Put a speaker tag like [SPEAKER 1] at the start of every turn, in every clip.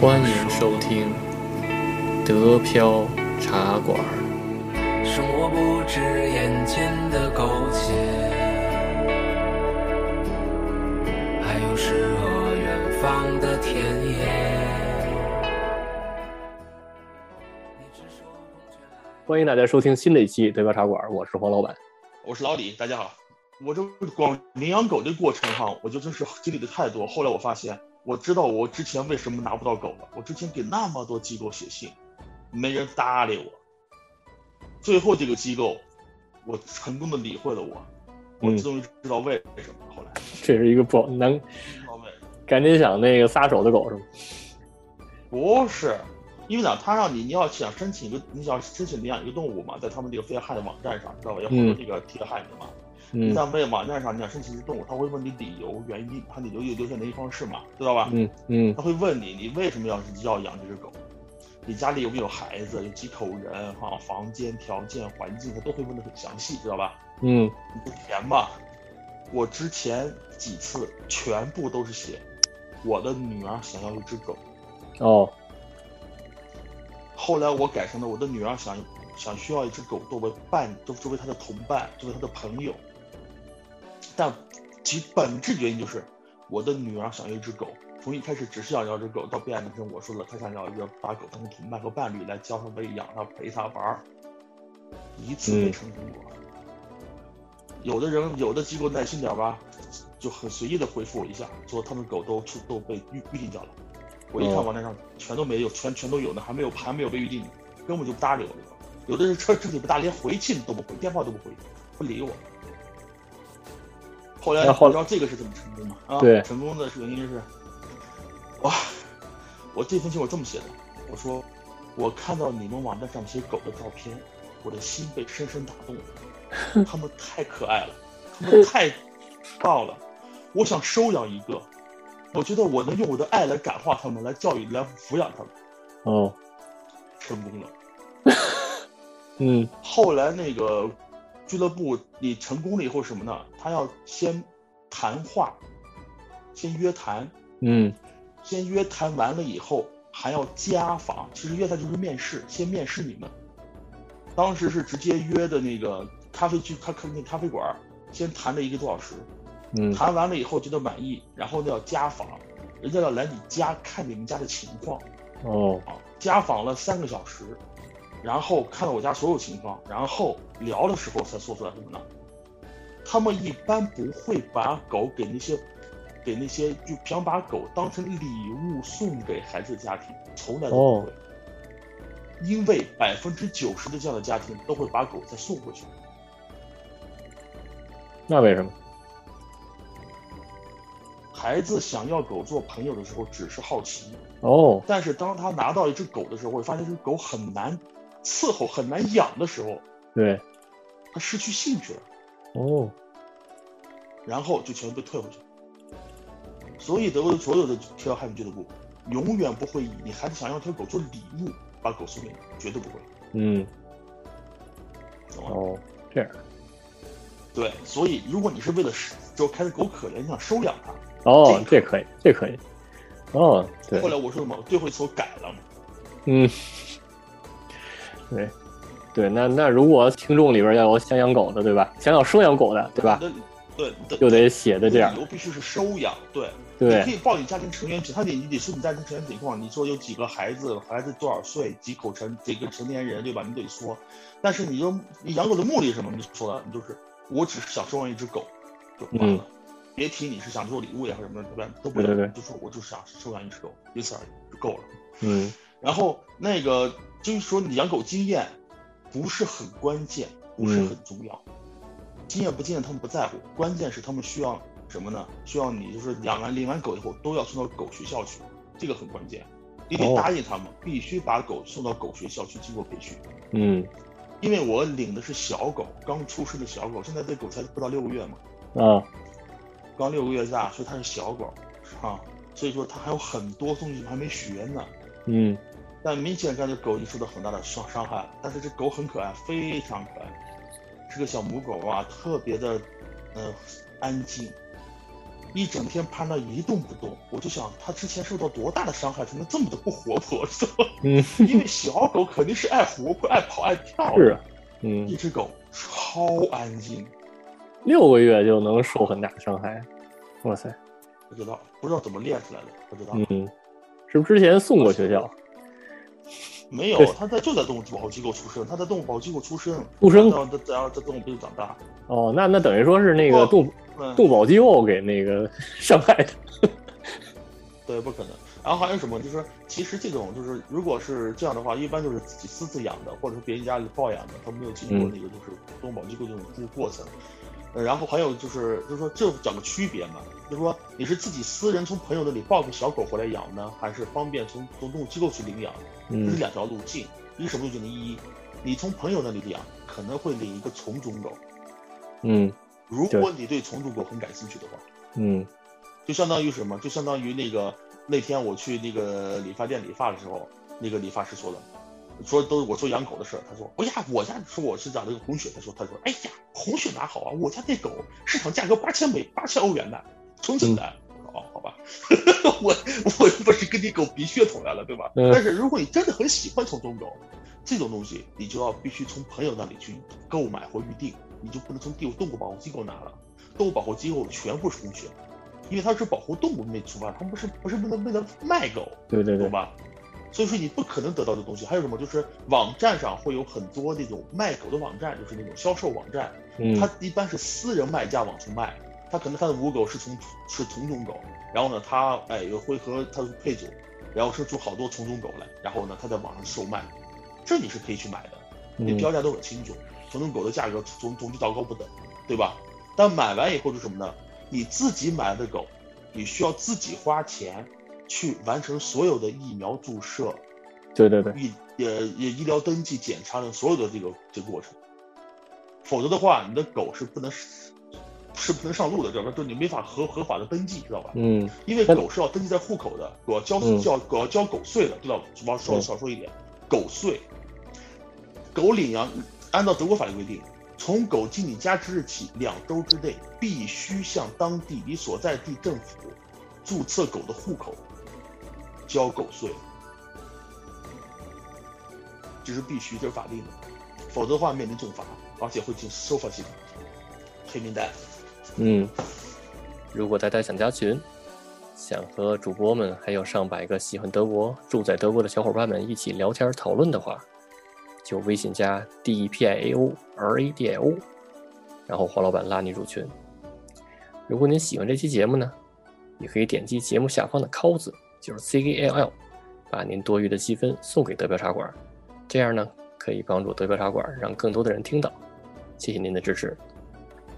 [SPEAKER 1] 欢迎收听德飘茶馆。
[SPEAKER 2] 生活不止眼前的苟且，还有诗和远方的田野。
[SPEAKER 1] 欢迎大家收听新的一期德飘茶馆，我是黄老板。
[SPEAKER 3] 我是老李，大家好。我这光领养狗这过程哈，我就真是经历的太多。后来我发现，我知道我之前为什么拿不到狗了。我之前给那么多机构写信，没人搭理我。最后这个机构，我成功的理会了我，我
[SPEAKER 1] 嗯
[SPEAKER 3] 终于知道为什么了。后来
[SPEAKER 1] 这是一个不好难，
[SPEAKER 3] 知道为什么
[SPEAKER 1] 赶紧想那个撒手的狗是吗？
[SPEAKER 3] 不是，因为呢，他让你你要想申请一个，你想申请领养一个动物嘛，在他们这个非害的网站上，知道吧？有好多
[SPEAKER 1] 嗯
[SPEAKER 3] 这个贴害的嘛。
[SPEAKER 1] 嗯
[SPEAKER 3] 在为网站上，你想申请一只动物，他会问你理由、原因，他理由有留下联系方式嘛，知道吧？
[SPEAKER 1] 嗯嗯
[SPEAKER 3] 他会问你，你为什么要要养这只狗？你家里有没有孩子？有几口人？哈、房间条件、环境，他都会问的很详细，知道吧？
[SPEAKER 1] 嗯，
[SPEAKER 3] 你就填吧。我之前几次全部都是写，我的女儿想要一只狗。
[SPEAKER 1] 哦，
[SPEAKER 3] 后来我改成了我的女儿想想需要一只狗作为伴，作作为她的同伴，作为她的朋友。但其本质原因就是我的女儿想要一只狗，从一开始只是想要只狗，到变成我说了，她想要一个把狗当成同伴和伴侣来教她喂养她陪她玩儿，一次没
[SPEAKER 1] 嗯
[SPEAKER 3] 成功过。有的人有的机构耐心点儿吧，就很随意的回复我一下，说他们狗都出都被预预定掉了。我一看
[SPEAKER 1] 哦
[SPEAKER 3] 网站上全都没有，全全都有呢，还没有还没有被预定，根本就不搭理我这个。有的人彻彻底不搭，连回信都不回，电话都不回，不理我。后来
[SPEAKER 1] 然后
[SPEAKER 3] 你知道这个是怎么成功吗？啊，
[SPEAKER 1] 对
[SPEAKER 3] 成功的原因就是，哇，我这封信我这么写的，我说我看到你们网站上写狗的照片，我的心被深深打动了，它们太可爱了，它们太棒了，我想收养一个，我觉得我能用我的爱来感化它们，来教育，来抚养它们，
[SPEAKER 1] 哦，
[SPEAKER 3] 成功了。
[SPEAKER 1] 嗯
[SPEAKER 3] 后来那个俱乐部，你成功了以后什么呢？他要先谈话，先约谈，
[SPEAKER 1] 嗯
[SPEAKER 3] 先约谈完了以后还要家访。其实约谈就是面试，先面试你们。当时是直接约的那个咖啡去咖咖那咖啡馆儿，先谈了一个多小时，
[SPEAKER 1] 嗯
[SPEAKER 3] 谈完了以后觉得满意，然后呢要家访，人家要来你家看你们家的情况。
[SPEAKER 1] 哦
[SPEAKER 3] 啊，家访了三个小时，然后看到我家所有情况，然后聊的时候才说出来什么呢？他们一般不会把狗给那些，给那些就想把狗当成礼物送给孩子的家庭，从来都不会，
[SPEAKER 1] 哦
[SPEAKER 3] 因为百分之九十的这样的家庭都会把狗再送回去。
[SPEAKER 1] 那为什么？
[SPEAKER 3] 孩子想要狗做朋友的时候只是好奇，
[SPEAKER 1] 哦
[SPEAKER 3] 但是当他拿到一只狗的时候，会发现这只狗很难伺候、很难养的时候，
[SPEAKER 1] 对
[SPEAKER 3] 他失去兴趣了。
[SPEAKER 1] 哦
[SPEAKER 3] 然后就全被退回去。所以德国的所有的提到汉姆俱乐部，永远不会以你孩子想要一条狗做礼物把狗送给你，绝对不会，
[SPEAKER 1] 嗯
[SPEAKER 3] 懂吗？
[SPEAKER 1] 哦这样
[SPEAKER 3] 对，所以如果你是为了是就看着狗可怜，你想收养它，
[SPEAKER 1] 哦这可以这可以哦对
[SPEAKER 3] 后来我说什么？最后一次我改了嘛，
[SPEAKER 1] 嗯，对，对，那那如果听众里边要有想养狗的，对吧？想要收养狗的，对吧？
[SPEAKER 3] 那？对，对
[SPEAKER 1] 就得写啊的这样
[SPEAKER 3] 理，由必须是收养，对，你可
[SPEAKER 1] 对，
[SPEAKER 3] 以报你家庭成员情，他得你得说你家庭成员情况，你说有几个孩子，孩子多少岁，几口成几个成年人，对吧？你得说。但是你就你养狗的目的是什么？你说了，你就是我只是想收养一只狗，就完了。别提你是想做礼物呀，或者什么对吧？都
[SPEAKER 1] 嗯
[SPEAKER 3] 不
[SPEAKER 1] 对对对
[SPEAKER 3] 就说我就是想收养一只狗，仅此而已，就够了。
[SPEAKER 1] 嗯
[SPEAKER 3] 然后那个就是说你养狗经验不是很关键，不是很重要，经验不经验他们不在乎，关键是他们需要什么呢？需要你就是养完领完狗以后都要送到狗学校去，这个很关键。你得
[SPEAKER 1] 哦
[SPEAKER 3] 答应他们，必须把狗送到狗学校去经过培训，
[SPEAKER 1] 嗯
[SPEAKER 3] 因为我领的是小狗，刚出生的小狗，现在这狗才不到六个月嘛，
[SPEAKER 1] 啊，
[SPEAKER 3] 刚六个月大，所以它是小狗啊，所以说它还有很多东西还没学呢。
[SPEAKER 1] 嗯
[SPEAKER 3] 但明显感觉狗已经受到很大的伤伤害。但是这狗很可爱，非常可爱，是个小母狗啊，特别的，呃，安静，一整天趴那一动不动，我就想它之前受到多大的伤害才能这么的不活泼， 知道吗？
[SPEAKER 1] 嗯，
[SPEAKER 3] 因为小狗肯定是爱活泼、爱跑、爱跳。
[SPEAKER 1] 是啊，，嗯
[SPEAKER 3] 一，只狗超安静，
[SPEAKER 1] 六个月就能受很大的伤害，哇塞，
[SPEAKER 3] 不知道不知道怎么练出来的，不知道、
[SPEAKER 1] 嗯，是不是之前送过学校？
[SPEAKER 3] 没有
[SPEAKER 1] 对，
[SPEAKER 3] 它在就在动物保护机构出生，它在动物保护机构出生，
[SPEAKER 1] 出生
[SPEAKER 3] 然后在然后在动物机构长大。
[SPEAKER 1] 哦，那那等于说是那个
[SPEAKER 3] 哦
[SPEAKER 1] 动
[SPEAKER 3] 嗯，
[SPEAKER 1] 动保机构给那个伤害的，
[SPEAKER 3] 对，不可能。然后还有什么？就是其实这种就是，如果是这样的话，一般就是自己私自养的，或者说别人家里抱养的，他没有经过
[SPEAKER 1] 嗯
[SPEAKER 3] 那个就是动物保护机构这种过过程。呃然后还有就是，就是说这两个区别嘛，就是说你是自己私人从朋友那里抱个小狗回来养呢，还是方便从从动物机构去领养？这是
[SPEAKER 1] 嗯
[SPEAKER 3] 两条路径。一什么路径呢？一，你从朋友那里养，可能会领一个从种狗。
[SPEAKER 1] 嗯
[SPEAKER 3] 如
[SPEAKER 1] 对
[SPEAKER 3] 果你对从种狗很感兴趣的话，
[SPEAKER 1] 嗯
[SPEAKER 3] 就相当于什么？就相当于那个那天我去那个理发店理发的时候，那个理发师说的，说都我说养狗的事儿，他说哎呀，我家说我是养了个红雪，他说他说哎呀，红雪哪好啊，我家那狗市场价格八千美八千欧元的，纯种的。我说哦，好吧， 我我又不是跟你狗比血统来了，对吧？
[SPEAKER 1] 嗯
[SPEAKER 3] 但是如果你真的很喜欢从种狗，这种东西你就要必须从朋友那里去购买或预定，你就不能从动物动物保护机构拿了。动物保护机构全部是红血，因为它是保护动物那出发，它不是不是为了为了卖狗，
[SPEAKER 1] 对对
[SPEAKER 3] 懂
[SPEAKER 1] 对，
[SPEAKER 3] 吧？所以说你不可能得到这东西。还有什么？就是网站上会有很多那种卖狗的网站，就是那种销售网站，
[SPEAKER 1] 嗯
[SPEAKER 3] 它一般是私人卖家往出卖，它可能它的母狗是从是同种狗，然后呢，它哎也会和它是配种，然后生出好多同种狗来，然后呢，它在网上售卖，这你是可以去买的。那标
[SPEAKER 1] 嗯
[SPEAKER 3] 价都很清楚，纯种狗的价格从从低到高不等，对吧？但买完以后是什么呢？你自己买的狗，你需要自己花钱去完成所有的疫苗注射、
[SPEAKER 1] 对对对，
[SPEAKER 3] 医呃也医疗登记、检查的所有的这个这个过程，否则的话，你的狗是不能是是不能上路的，这就你没法合合法的登记，知道吧？
[SPEAKER 1] 嗯
[SPEAKER 3] 因为
[SPEAKER 1] 但
[SPEAKER 3] 狗是要登记在户口的，狗要交
[SPEAKER 1] 嗯
[SPEAKER 3] 交狗要交狗税的，知道吧？少少
[SPEAKER 1] 嗯
[SPEAKER 3] 少说一点，狗税。狗领养按照德国法律规定，从狗进你家之日起两周之内，必须向当地你所在地政府注册狗的户口交狗税，这是必须，这是法定的，否则的话面临重罚，而且会进收罚系统、黑名单。
[SPEAKER 1] 嗯，
[SPEAKER 4] 如果大家想加群，想和主播们还有上百个喜欢德国、住在德国的小伙伴们一起聊天讨论的话，就微信加 D E P I A O R A D I O，然后黄老板拉你入群。如果您喜欢这期节目呢，也可以点击节目下方的 call 字，就是 C K L L，把您多余的积分送给德标茶馆，这样呢可以帮助德标茶馆让更多的人听到。谢谢您的支持。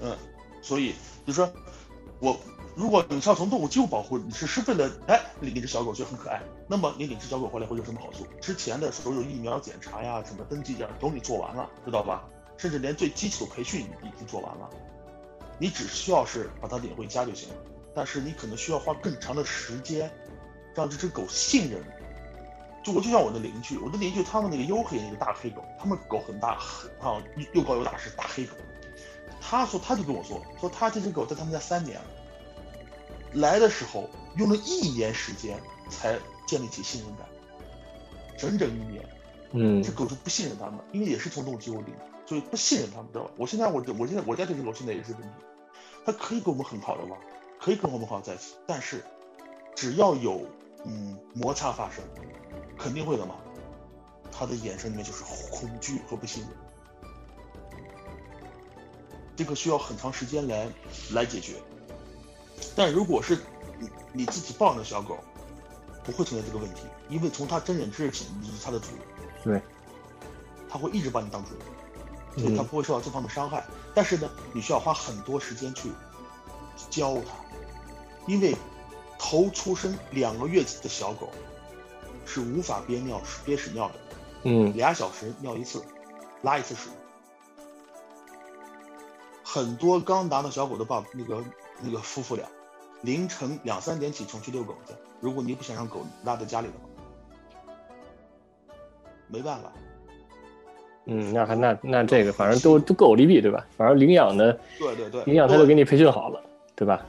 [SPEAKER 3] 嗯，所以就说，我如果你是要从动物机构保护，你只是为了哎领一只小狗觉得很可爱，那么你领只小狗回来会有什么好处？之前的所有疫苗检查呀、什么登记呀，都你做完了，知道吧？甚至连最基础的培训你已经做完了，你只需要是把它领回家就行了。但是你可能需要花更长的时间，让这只狗信任你。就我就像我的邻居，我的邻居他们那个黝黑那个大黑狗，他们狗很大，很啊又高又大是大黑狗。他说他就跟我说，说他这只狗在他们家三年了，来的时候用了一年时间才建立起信任感，整整一年。
[SPEAKER 1] 嗯
[SPEAKER 3] 这狗是不信任他们，因为也是从动物机构领，所以不信任他们，知道吧？我现在我我现在我家这只狗现在也是问题，它可以跟我们很好的玩，可以跟我们好好在一起，但是只要有嗯摩擦发生，肯定会的嘛。它的眼神里面就是恐惧和不信任，这个需要很长时间来来解决。但如果是你你自己抱养的小狗，不会存在这个问题，因为从它真人之日起，你就是它的主人。他会一直把你当主人，所以他
[SPEAKER 1] 嗯
[SPEAKER 3] 不会受到这方面伤害。但是呢，你需要花很多时间去教他，因为头出生两个月的小狗是无法憋尿憋屎尿的，
[SPEAKER 1] 嗯
[SPEAKER 3] 俩小时尿一次，拉一次屎。很多刚拿到小狗的爸那个那个夫妇俩，凌晨两三点起床去遛狗去。如果你不想让狗拉在家里的话，没办法，
[SPEAKER 1] 嗯，那还那那这个反正都都各有利弊对吧？反正领养的
[SPEAKER 3] 对对对，
[SPEAKER 1] 领养他
[SPEAKER 3] 对
[SPEAKER 1] 就给你培训好了对吧？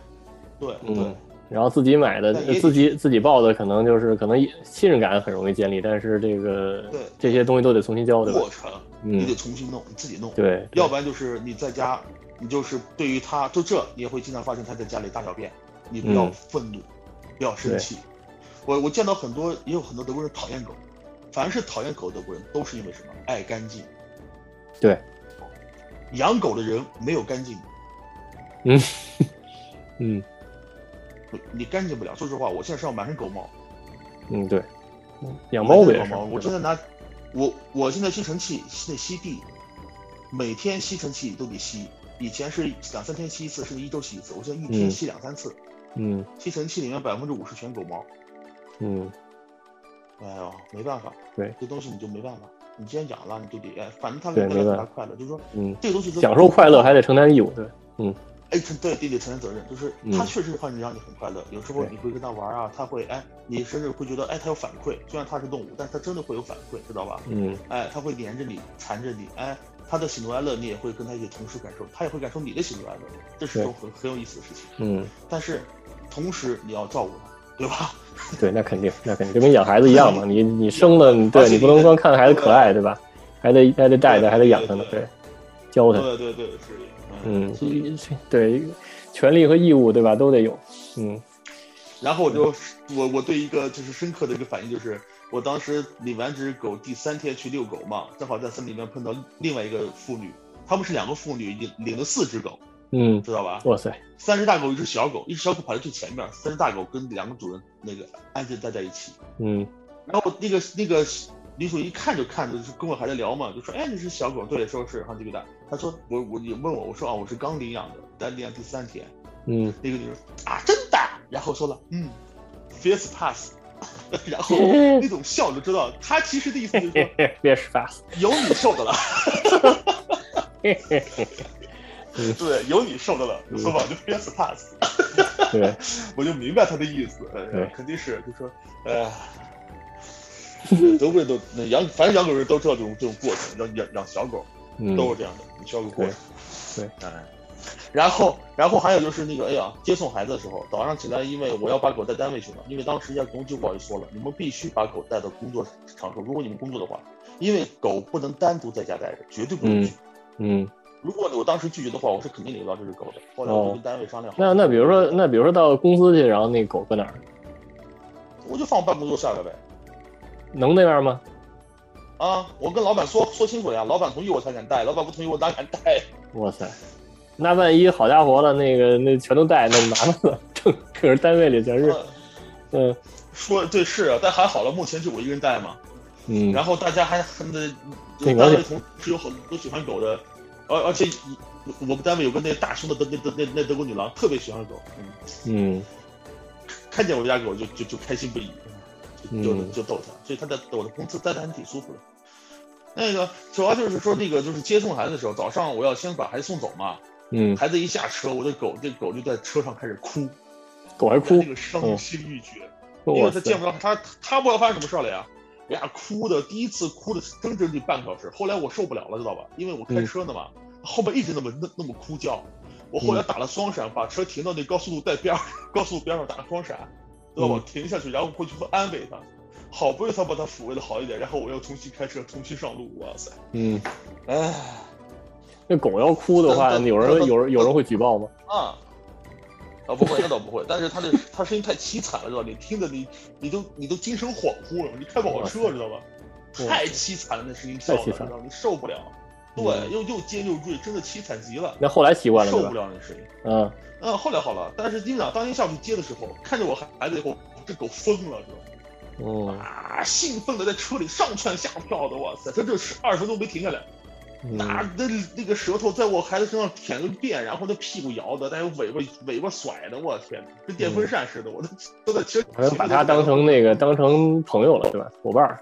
[SPEAKER 3] 对
[SPEAKER 1] 嗯
[SPEAKER 3] 对，
[SPEAKER 1] 然后自己买的
[SPEAKER 3] 但也、得
[SPEAKER 1] 自己自己报的，可能就是可能信任感很容易建立，但是这个
[SPEAKER 3] 对
[SPEAKER 1] 这些东西都得重新教，对吧
[SPEAKER 3] 过？程
[SPEAKER 1] 嗯
[SPEAKER 3] 你，得重新弄，你自己弄。
[SPEAKER 1] 对，
[SPEAKER 3] 要不然就是你在家，你就是对于他就这，你也会经常发生他在家里大小便，你不要
[SPEAKER 1] 嗯
[SPEAKER 3] 愤怒，不要生气。我我见到很多也有很多德国人讨厌狗，凡是讨厌狗的德国人都是因为什么？爱干净。
[SPEAKER 1] 对，
[SPEAKER 3] 养狗的人没有干净的，
[SPEAKER 1] 嗯
[SPEAKER 3] 你你干净不了。说实话，我现在身上满身狗毛，
[SPEAKER 1] 嗯，对，养猫不
[SPEAKER 3] 不
[SPEAKER 1] 也是
[SPEAKER 3] 毛？
[SPEAKER 1] 吗？
[SPEAKER 3] 我
[SPEAKER 1] 对
[SPEAKER 3] 正
[SPEAKER 1] 吧
[SPEAKER 3] 在拿，我我现在吸尘器吸那吸地，每天吸尘器都得吸。以前是两三天吸一次，甚至一周吸一次，我现在一天
[SPEAKER 1] 嗯
[SPEAKER 3] 吸两三次。
[SPEAKER 1] 嗯
[SPEAKER 3] 吸尘器里面百分之五十全狗毛。
[SPEAKER 1] 嗯，
[SPEAKER 3] 哎呦，没办法，
[SPEAKER 1] 对
[SPEAKER 3] 这东西你就没办法，你既然养了，你就得哎，反正它
[SPEAKER 1] 对
[SPEAKER 3] 给带来
[SPEAKER 1] 没办
[SPEAKER 3] 很大
[SPEAKER 1] 法
[SPEAKER 3] 快乐，就是说，
[SPEAKER 1] 嗯，
[SPEAKER 3] 这个东西就
[SPEAKER 1] 享受快乐还得承担义务，对，
[SPEAKER 3] 哎，承对，得得承担责任，就是
[SPEAKER 1] 嗯
[SPEAKER 3] 它确实会让你很快乐，有时候
[SPEAKER 1] 对
[SPEAKER 3] 你会跟它玩啊，它会哎，你甚至会觉得哎，它有反馈，虽然它是动物，但是它真的会有反馈，知道吧？
[SPEAKER 1] 嗯
[SPEAKER 3] 哎，它会黏着你，缠着你，哎，它的喜怒哀乐你也会跟它一起同时感受，它也会感受你的喜怒哀乐，这是
[SPEAKER 1] 对
[SPEAKER 3] 种很很有意思的事情。
[SPEAKER 1] 嗯，
[SPEAKER 3] 但是同时你要照顾它，对吧？
[SPEAKER 1] 对，那肯定，那肯定，就跟养孩子一样
[SPEAKER 3] 嗯
[SPEAKER 1] 嘛，你你生了，你对你不能光看孩子可爱，对吧？还得还得带着，还得养他呢，对，教他，
[SPEAKER 3] 对对对，是，
[SPEAKER 1] 嗯
[SPEAKER 3] 所以，
[SPEAKER 1] 对，权利和义务，对吧？都得有，嗯
[SPEAKER 3] 然后我就我我对一个就是深刻的一个反应就是，我当时领完这只狗第三天去遛狗嘛，正好在森林里面碰到另外一个妇女，她们是两个妇女领领了四只狗，
[SPEAKER 1] 嗯，
[SPEAKER 3] 知道吧？
[SPEAKER 1] 哇塞，
[SPEAKER 3] 三只大狗，一只小狗，一只小狗跑在最前面，三只大狗跟两个主人那个安静地待在一起。
[SPEAKER 1] 嗯
[SPEAKER 3] 然后那个那个女主一看就看着，就是跟我还在聊嘛，就说：“哎，你是小狗？”对，说是，然后就给她，她说：“我我你问我，我说啊，我是刚领养的，但领养第三天。”
[SPEAKER 1] 嗯，
[SPEAKER 3] 那个女人啊，真的，然后说了，嗯，fierce pass，然 后那种笑就知道，她其实的意思就是 说
[SPEAKER 1] 别是吧？
[SPEAKER 3] 有你受的了，
[SPEAKER 1] 嘿嘿嘿
[SPEAKER 3] 对，有你受的了，就 说吧，就 fierce pass，
[SPEAKER 1] 对，
[SPEAKER 3] 我就明白她的意思，呃
[SPEAKER 1] 对
[SPEAKER 3] 肯定是就说，呃。 德国人都那养，反正养狗人都知道这种这种过程，养养养小狗
[SPEAKER 1] 嗯
[SPEAKER 3] 都是这样的，你需要个过程。
[SPEAKER 1] 对
[SPEAKER 3] 哎。然后，然后还有就是那个，哎呀，接送孩子的时候，早上起来，因为我要把狗带单位去了，因为当时人家农机不好就说了，你们必须把狗带到工作场所，如果你们工作的话，因为狗不能单独在家待着，绝对不允许。
[SPEAKER 1] 嗯，
[SPEAKER 3] 如果我当时拒绝的话，我是肯定领不到这只狗的。后来我就跟单位商量好，
[SPEAKER 1] 那那比如说，那比如说到公司去，然后那狗搁哪儿？
[SPEAKER 3] 我就放办公桌下来呗。
[SPEAKER 1] 能那样吗？
[SPEAKER 3] 啊，我跟老板说说清楚呀，老板同意我才敢带，老板不同意我哪敢带？
[SPEAKER 1] 哇塞，那万一好家伙了，那个那全都带，那麻烦了， 整个单位里全是，
[SPEAKER 3] 呃
[SPEAKER 1] 嗯
[SPEAKER 3] 说对是啊，但还好了，目前就我一个人带嘛。
[SPEAKER 1] 嗯，
[SPEAKER 3] 然后大家还很呃的，
[SPEAKER 1] 挺
[SPEAKER 3] 单
[SPEAKER 1] 了解
[SPEAKER 3] 位同事有很多喜欢狗的，而而且我们单位有个那大胸的德那德那那德国女郎特别喜欢狗，嗯，
[SPEAKER 1] 嗯
[SPEAKER 3] 看见我家狗就就就开心不已，就就
[SPEAKER 1] 嗯
[SPEAKER 3] 就逗它，所以它在我的公司待的还挺舒服的。那个主要就是说那个就是接送孩子的时候，早上我要先把孩子送走嘛，
[SPEAKER 1] 嗯，
[SPEAKER 3] 孩子一下车，我的狗这狗就在车上开始哭，
[SPEAKER 1] 狗还
[SPEAKER 3] 那
[SPEAKER 1] 哭，
[SPEAKER 3] 个伤心欲绝。因
[SPEAKER 1] 哇
[SPEAKER 3] 为他见
[SPEAKER 1] 塞
[SPEAKER 3] 不，着他，他不知道发生什么事儿了呀。哎呀，哭的，第一次哭的整整得半个小时，后来我受不了了，知道吧？因为我
[SPEAKER 1] 嗯
[SPEAKER 3] 开车呢嘛，后边一直那么那那么哭叫，我后来
[SPEAKER 1] 嗯
[SPEAKER 3] 打了双闪，把车停到那高速路带边儿， 高速边上打了双闪，知道吧？
[SPEAKER 1] 嗯
[SPEAKER 3] 停下去，然后过去会安慰他，好不容易才把他抚慰的好一点，然后我又重新开车，重新上路，哇塞，
[SPEAKER 1] 嗯，
[SPEAKER 3] 哎，
[SPEAKER 1] 那狗要哭的话，
[SPEAKER 3] 等等
[SPEAKER 1] 有人
[SPEAKER 3] 等等
[SPEAKER 1] 有人有人会举报吗？
[SPEAKER 3] 啊。啊、不会，那倒不会，但是他的他声音太凄惨了，知道吧？你听着你你都你都精神恍惚了，你开不好车，知道吧？太凄惨了，那声音叫的，
[SPEAKER 1] 太凄
[SPEAKER 3] 你知
[SPEAKER 1] 惨
[SPEAKER 3] 道吗？你受不了。对，
[SPEAKER 1] 嗯
[SPEAKER 3] 又又尖又锐，真的凄惨极了，
[SPEAKER 1] 那后来习惯了
[SPEAKER 3] 受
[SPEAKER 1] 对
[SPEAKER 3] 不
[SPEAKER 1] 吧？
[SPEAKER 3] 了那声音。
[SPEAKER 1] 嗯，
[SPEAKER 3] 嗯，后来好了，但是丁长当天下午去接的时候，看着我孩子以后，这狗疯了，知道吗？
[SPEAKER 1] 嗯
[SPEAKER 3] 啊，兴奋的在车里上蹿下跳的，哇塞，他这是二十分钟没停下来，那
[SPEAKER 1] 嗯，
[SPEAKER 3] 那那个舌头在我孩子身上舔个遍，然后那屁股摇的，再有尾巴尾巴甩的，我天哪，跟电风扇似的，我都都在车。
[SPEAKER 1] 好像把它当成那个当成朋友了，对吧？伙伴儿，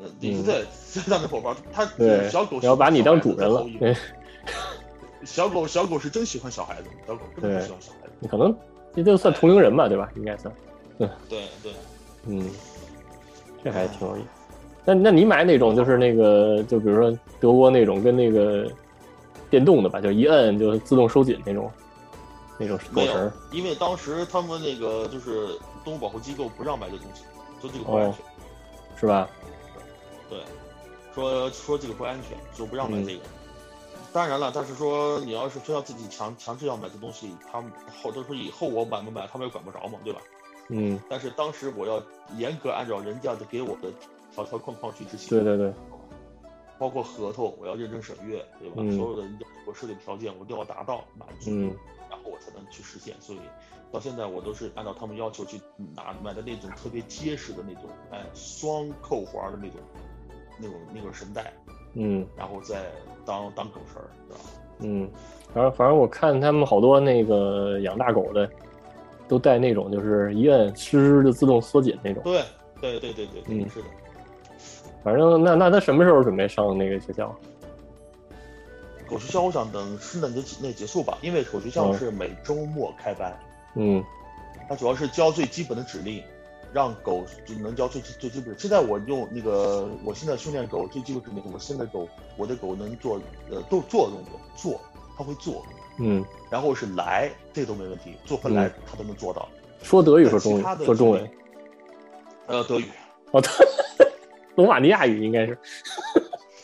[SPEAKER 3] 呃，你对，当成伙伴，他
[SPEAKER 1] 对
[SPEAKER 3] 小狗，
[SPEAKER 1] 然后把你当主人
[SPEAKER 3] 小
[SPEAKER 1] 了
[SPEAKER 3] 孩子在 后一，
[SPEAKER 1] 嗯，
[SPEAKER 3] 小狗小狗是真喜欢小孩子，小狗真的喜欢小孩子。
[SPEAKER 1] 可能这就算同龄人吧，对吧？应该算。
[SPEAKER 3] 对对，
[SPEAKER 1] 嗯，这还挺有意思。那那你买哪种？就是那个，就比如说德国那种跟那个电动的吧，就一摁就自动收紧那种。那种
[SPEAKER 3] 没
[SPEAKER 1] 狗绳
[SPEAKER 3] 有
[SPEAKER 1] 儿，，
[SPEAKER 3] 因为当时他们那个就是动物保护机构不让买这东西，说
[SPEAKER 1] 哦
[SPEAKER 3] 这个不安全，
[SPEAKER 1] 是吧？
[SPEAKER 3] 说说这个不安全，就不让买
[SPEAKER 1] 嗯
[SPEAKER 3] 这个。当然了，但是说你要是非要自己强强制要买这东西，他们后都说以后我买不买，他们也管不着嘛，对吧？
[SPEAKER 1] 嗯，
[SPEAKER 3] 但是当时我要严格按照人家的给我的条条框框去执行，
[SPEAKER 1] 对对对，
[SPEAKER 3] 包括合同我要认真审阅，对吧？
[SPEAKER 1] 嗯
[SPEAKER 3] 所有的人家给我设定条件我一定要达到满足，
[SPEAKER 1] 嗯
[SPEAKER 3] 然后我才能去实现。所以到现在我都是按照他们要求去拿买的那种特别结实的那种，哎，双扣环的那种，那种那种绳带，
[SPEAKER 1] 嗯。
[SPEAKER 3] 然后再当当狗绳儿，对吧？
[SPEAKER 1] 嗯，反正反正我看他们好多那个养大狗的，都带那种就是一摁吱就自动缩紧那种。
[SPEAKER 3] 对对对对对对，
[SPEAKER 1] 嗯
[SPEAKER 3] 是的。
[SPEAKER 1] 反正那那他什么时候准备上那个学校？
[SPEAKER 3] 狗学校我想等圣诞节那结束吧，因为狗学校
[SPEAKER 1] 嗯
[SPEAKER 3] 是每周末开班。
[SPEAKER 1] 嗯
[SPEAKER 3] 它主要是教最基本的指令，让狗就能教最最基本的。现在我用那个，我现在训练狗最基本指令，我现在狗我的狗能做呃都做动作做，它会做，
[SPEAKER 1] 嗯，
[SPEAKER 3] 然后是来这都没问题，做和来它都能做到。
[SPEAKER 1] 说德语
[SPEAKER 3] 但
[SPEAKER 1] 说中
[SPEAKER 3] 其他的
[SPEAKER 1] 文说中文
[SPEAKER 3] 指令，呃，德语，
[SPEAKER 1] 哦，对罗马尼亚语应该是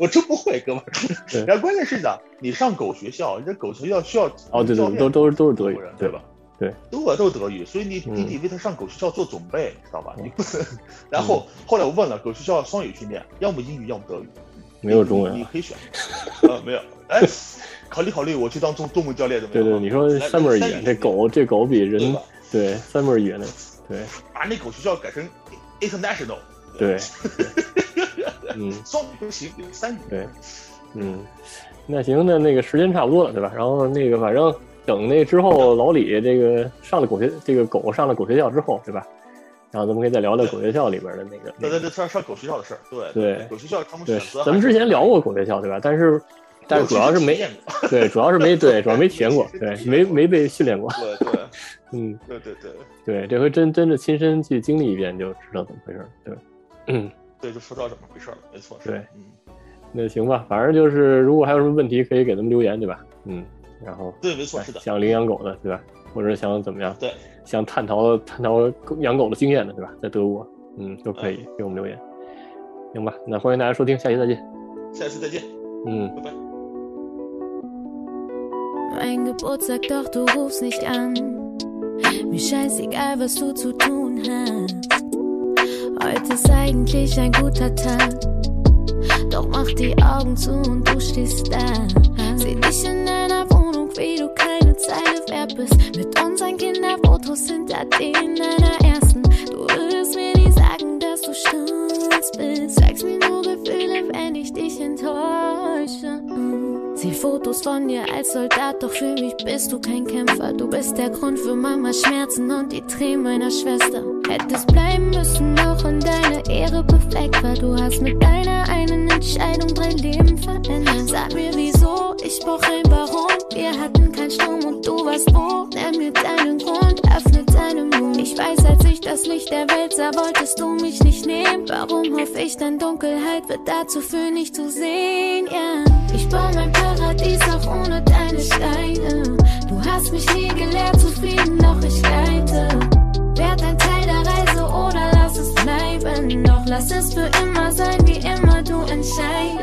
[SPEAKER 3] 我真不会，哥们
[SPEAKER 1] 对
[SPEAKER 3] 儿。然后关键是呢，你上狗学校，人家狗学校需要
[SPEAKER 1] 哦，对
[SPEAKER 3] 教
[SPEAKER 1] 对，
[SPEAKER 3] 练
[SPEAKER 1] 都都是都是德语
[SPEAKER 3] 国人，
[SPEAKER 1] 对
[SPEAKER 3] 对吧？？
[SPEAKER 1] 对，
[SPEAKER 3] 都我都是德语，所以你
[SPEAKER 1] 嗯
[SPEAKER 3] 你得为他上狗学校做准备，知道吧？
[SPEAKER 1] 嗯
[SPEAKER 3] 你 不能。然后后来我问了，狗学校双语训练，要么英语，要么德语，
[SPEAKER 1] 没有中文
[SPEAKER 3] 你
[SPEAKER 1] 啊。
[SPEAKER 3] 可以选。呃，没有，哎，考虑考虑，我去当中中文教练怎么
[SPEAKER 1] 对
[SPEAKER 3] 样？
[SPEAKER 1] 对，你说
[SPEAKER 3] 来
[SPEAKER 1] 三门语
[SPEAKER 3] 三
[SPEAKER 1] 言，
[SPEAKER 3] 语
[SPEAKER 1] 这狗这狗比
[SPEAKER 3] 对
[SPEAKER 1] 人
[SPEAKER 3] 吧？
[SPEAKER 1] 对三门语言的，对
[SPEAKER 3] 把那狗学校改成 international，
[SPEAKER 1] 对，嗯。
[SPEAKER 3] 双语不行，有三语。
[SPEAKER 1] 对嗯，那行，那那个时间差不多了，对吧？然后那个反正等那之后，老李这个上了狗学，这个狗上了狗学校之后，对吧？然后咱们可以再聊聊狗学校里边的那个。那
[SPEAKER 3] 对
[SPEAKER 1] 个
[SPEAKER 3] 对对，上上狗学校的事儿，对
[SPEAKER 1] 对
[SPEAKER 3] 狗学校他们
[SPEAKER 1] 对，
[SPEAKER 3] 选择还是。
[SPEAKER 1] 咱们之前聊过狗学校，对吧？但是但是主要是没
[SPEAKER 3] 我有去体验过
[SPEAKER 1] 对，主要是没对，主要没体验过，对，没没被训练过。
[SPEAKER 3] 对对
[SPEAKER 1] 嗯，
[SPEAKER 3] 对对对。
[SPEAKER 1] 对，这回真真的亲身去经历一遍就知道怎么回事了。对，嗯，
[SPEAKER 3] 对，就说到怎么回事了，没错，是
[SPEAKER 1] 对
[SPEAKER 3] 的，嗯，
[SPEAKER 1] 那行吧，反正就是如果还有什么问题可以给咱们留言，对吧？嗯，然后
[SPEAKER 3] 对，没错，是的，
[SPEAKER 1] 想领养狗的，对吧？或者想怎么样？
[SPEAKER 3] 对，
[SPEAKER 1] 想探讨 探讨狗养狗的经验的，对吧？在德国，嗯，都可以给我们留言，行吧？那欢迎大家收听，下期再见，
[SPEAKER 3] 下次再见，
[SPEAKER 1] 嗯。
[SPEAKER 3] 拜拜。
[SPEAKER 5] Mein Geburtstag, doch du rufst nicht an. Mir scheißegal, was du zu tun hast. Heute ist eigentlich ein guter Tag. Doch mach die Augen zu und du stehst da. Seh dich in deiner Wohnung, wie du keine Zeile wert bist. Mit unseren Kinderfotos hinter denen deiner ersten. Du würdest mir nie sagen, dass du stolz bist. Zeigst mir nur Gefühle, wenn ich dich enttäusche. Sieh Fotos von dir als Soldat, doch für mich bist du kein Kämpfer. Du bist der Grund für Mamas Schmerzen und die Tränen meiner Schwester. Hättest bleiben müssen, doch in deine Ehre befleckt war. Du hast mit deiner einen Entscheidung drei Leben verändert. Sag mir wieso, ich brauch ein Warum. Wir hatten keinen Sturm und du warst froh. Nenn mir deinen Grund, öffne deinen Mund. Ich weiß, als ich das Licht der Welt sah, wolltest du mich nicht nehmen. Warum hoffe ich denn Dunkelheit wird dazu für nicht zu sehen? Ja, ich baue mein Paradies auch ohne deine Steine. Du hast mich nie gelehrt zu fliegen, doch ich leite. Werd ein Teil der Reise oder lass es bleiben. Doch lass es für immer sein, wie immer du entscheidest.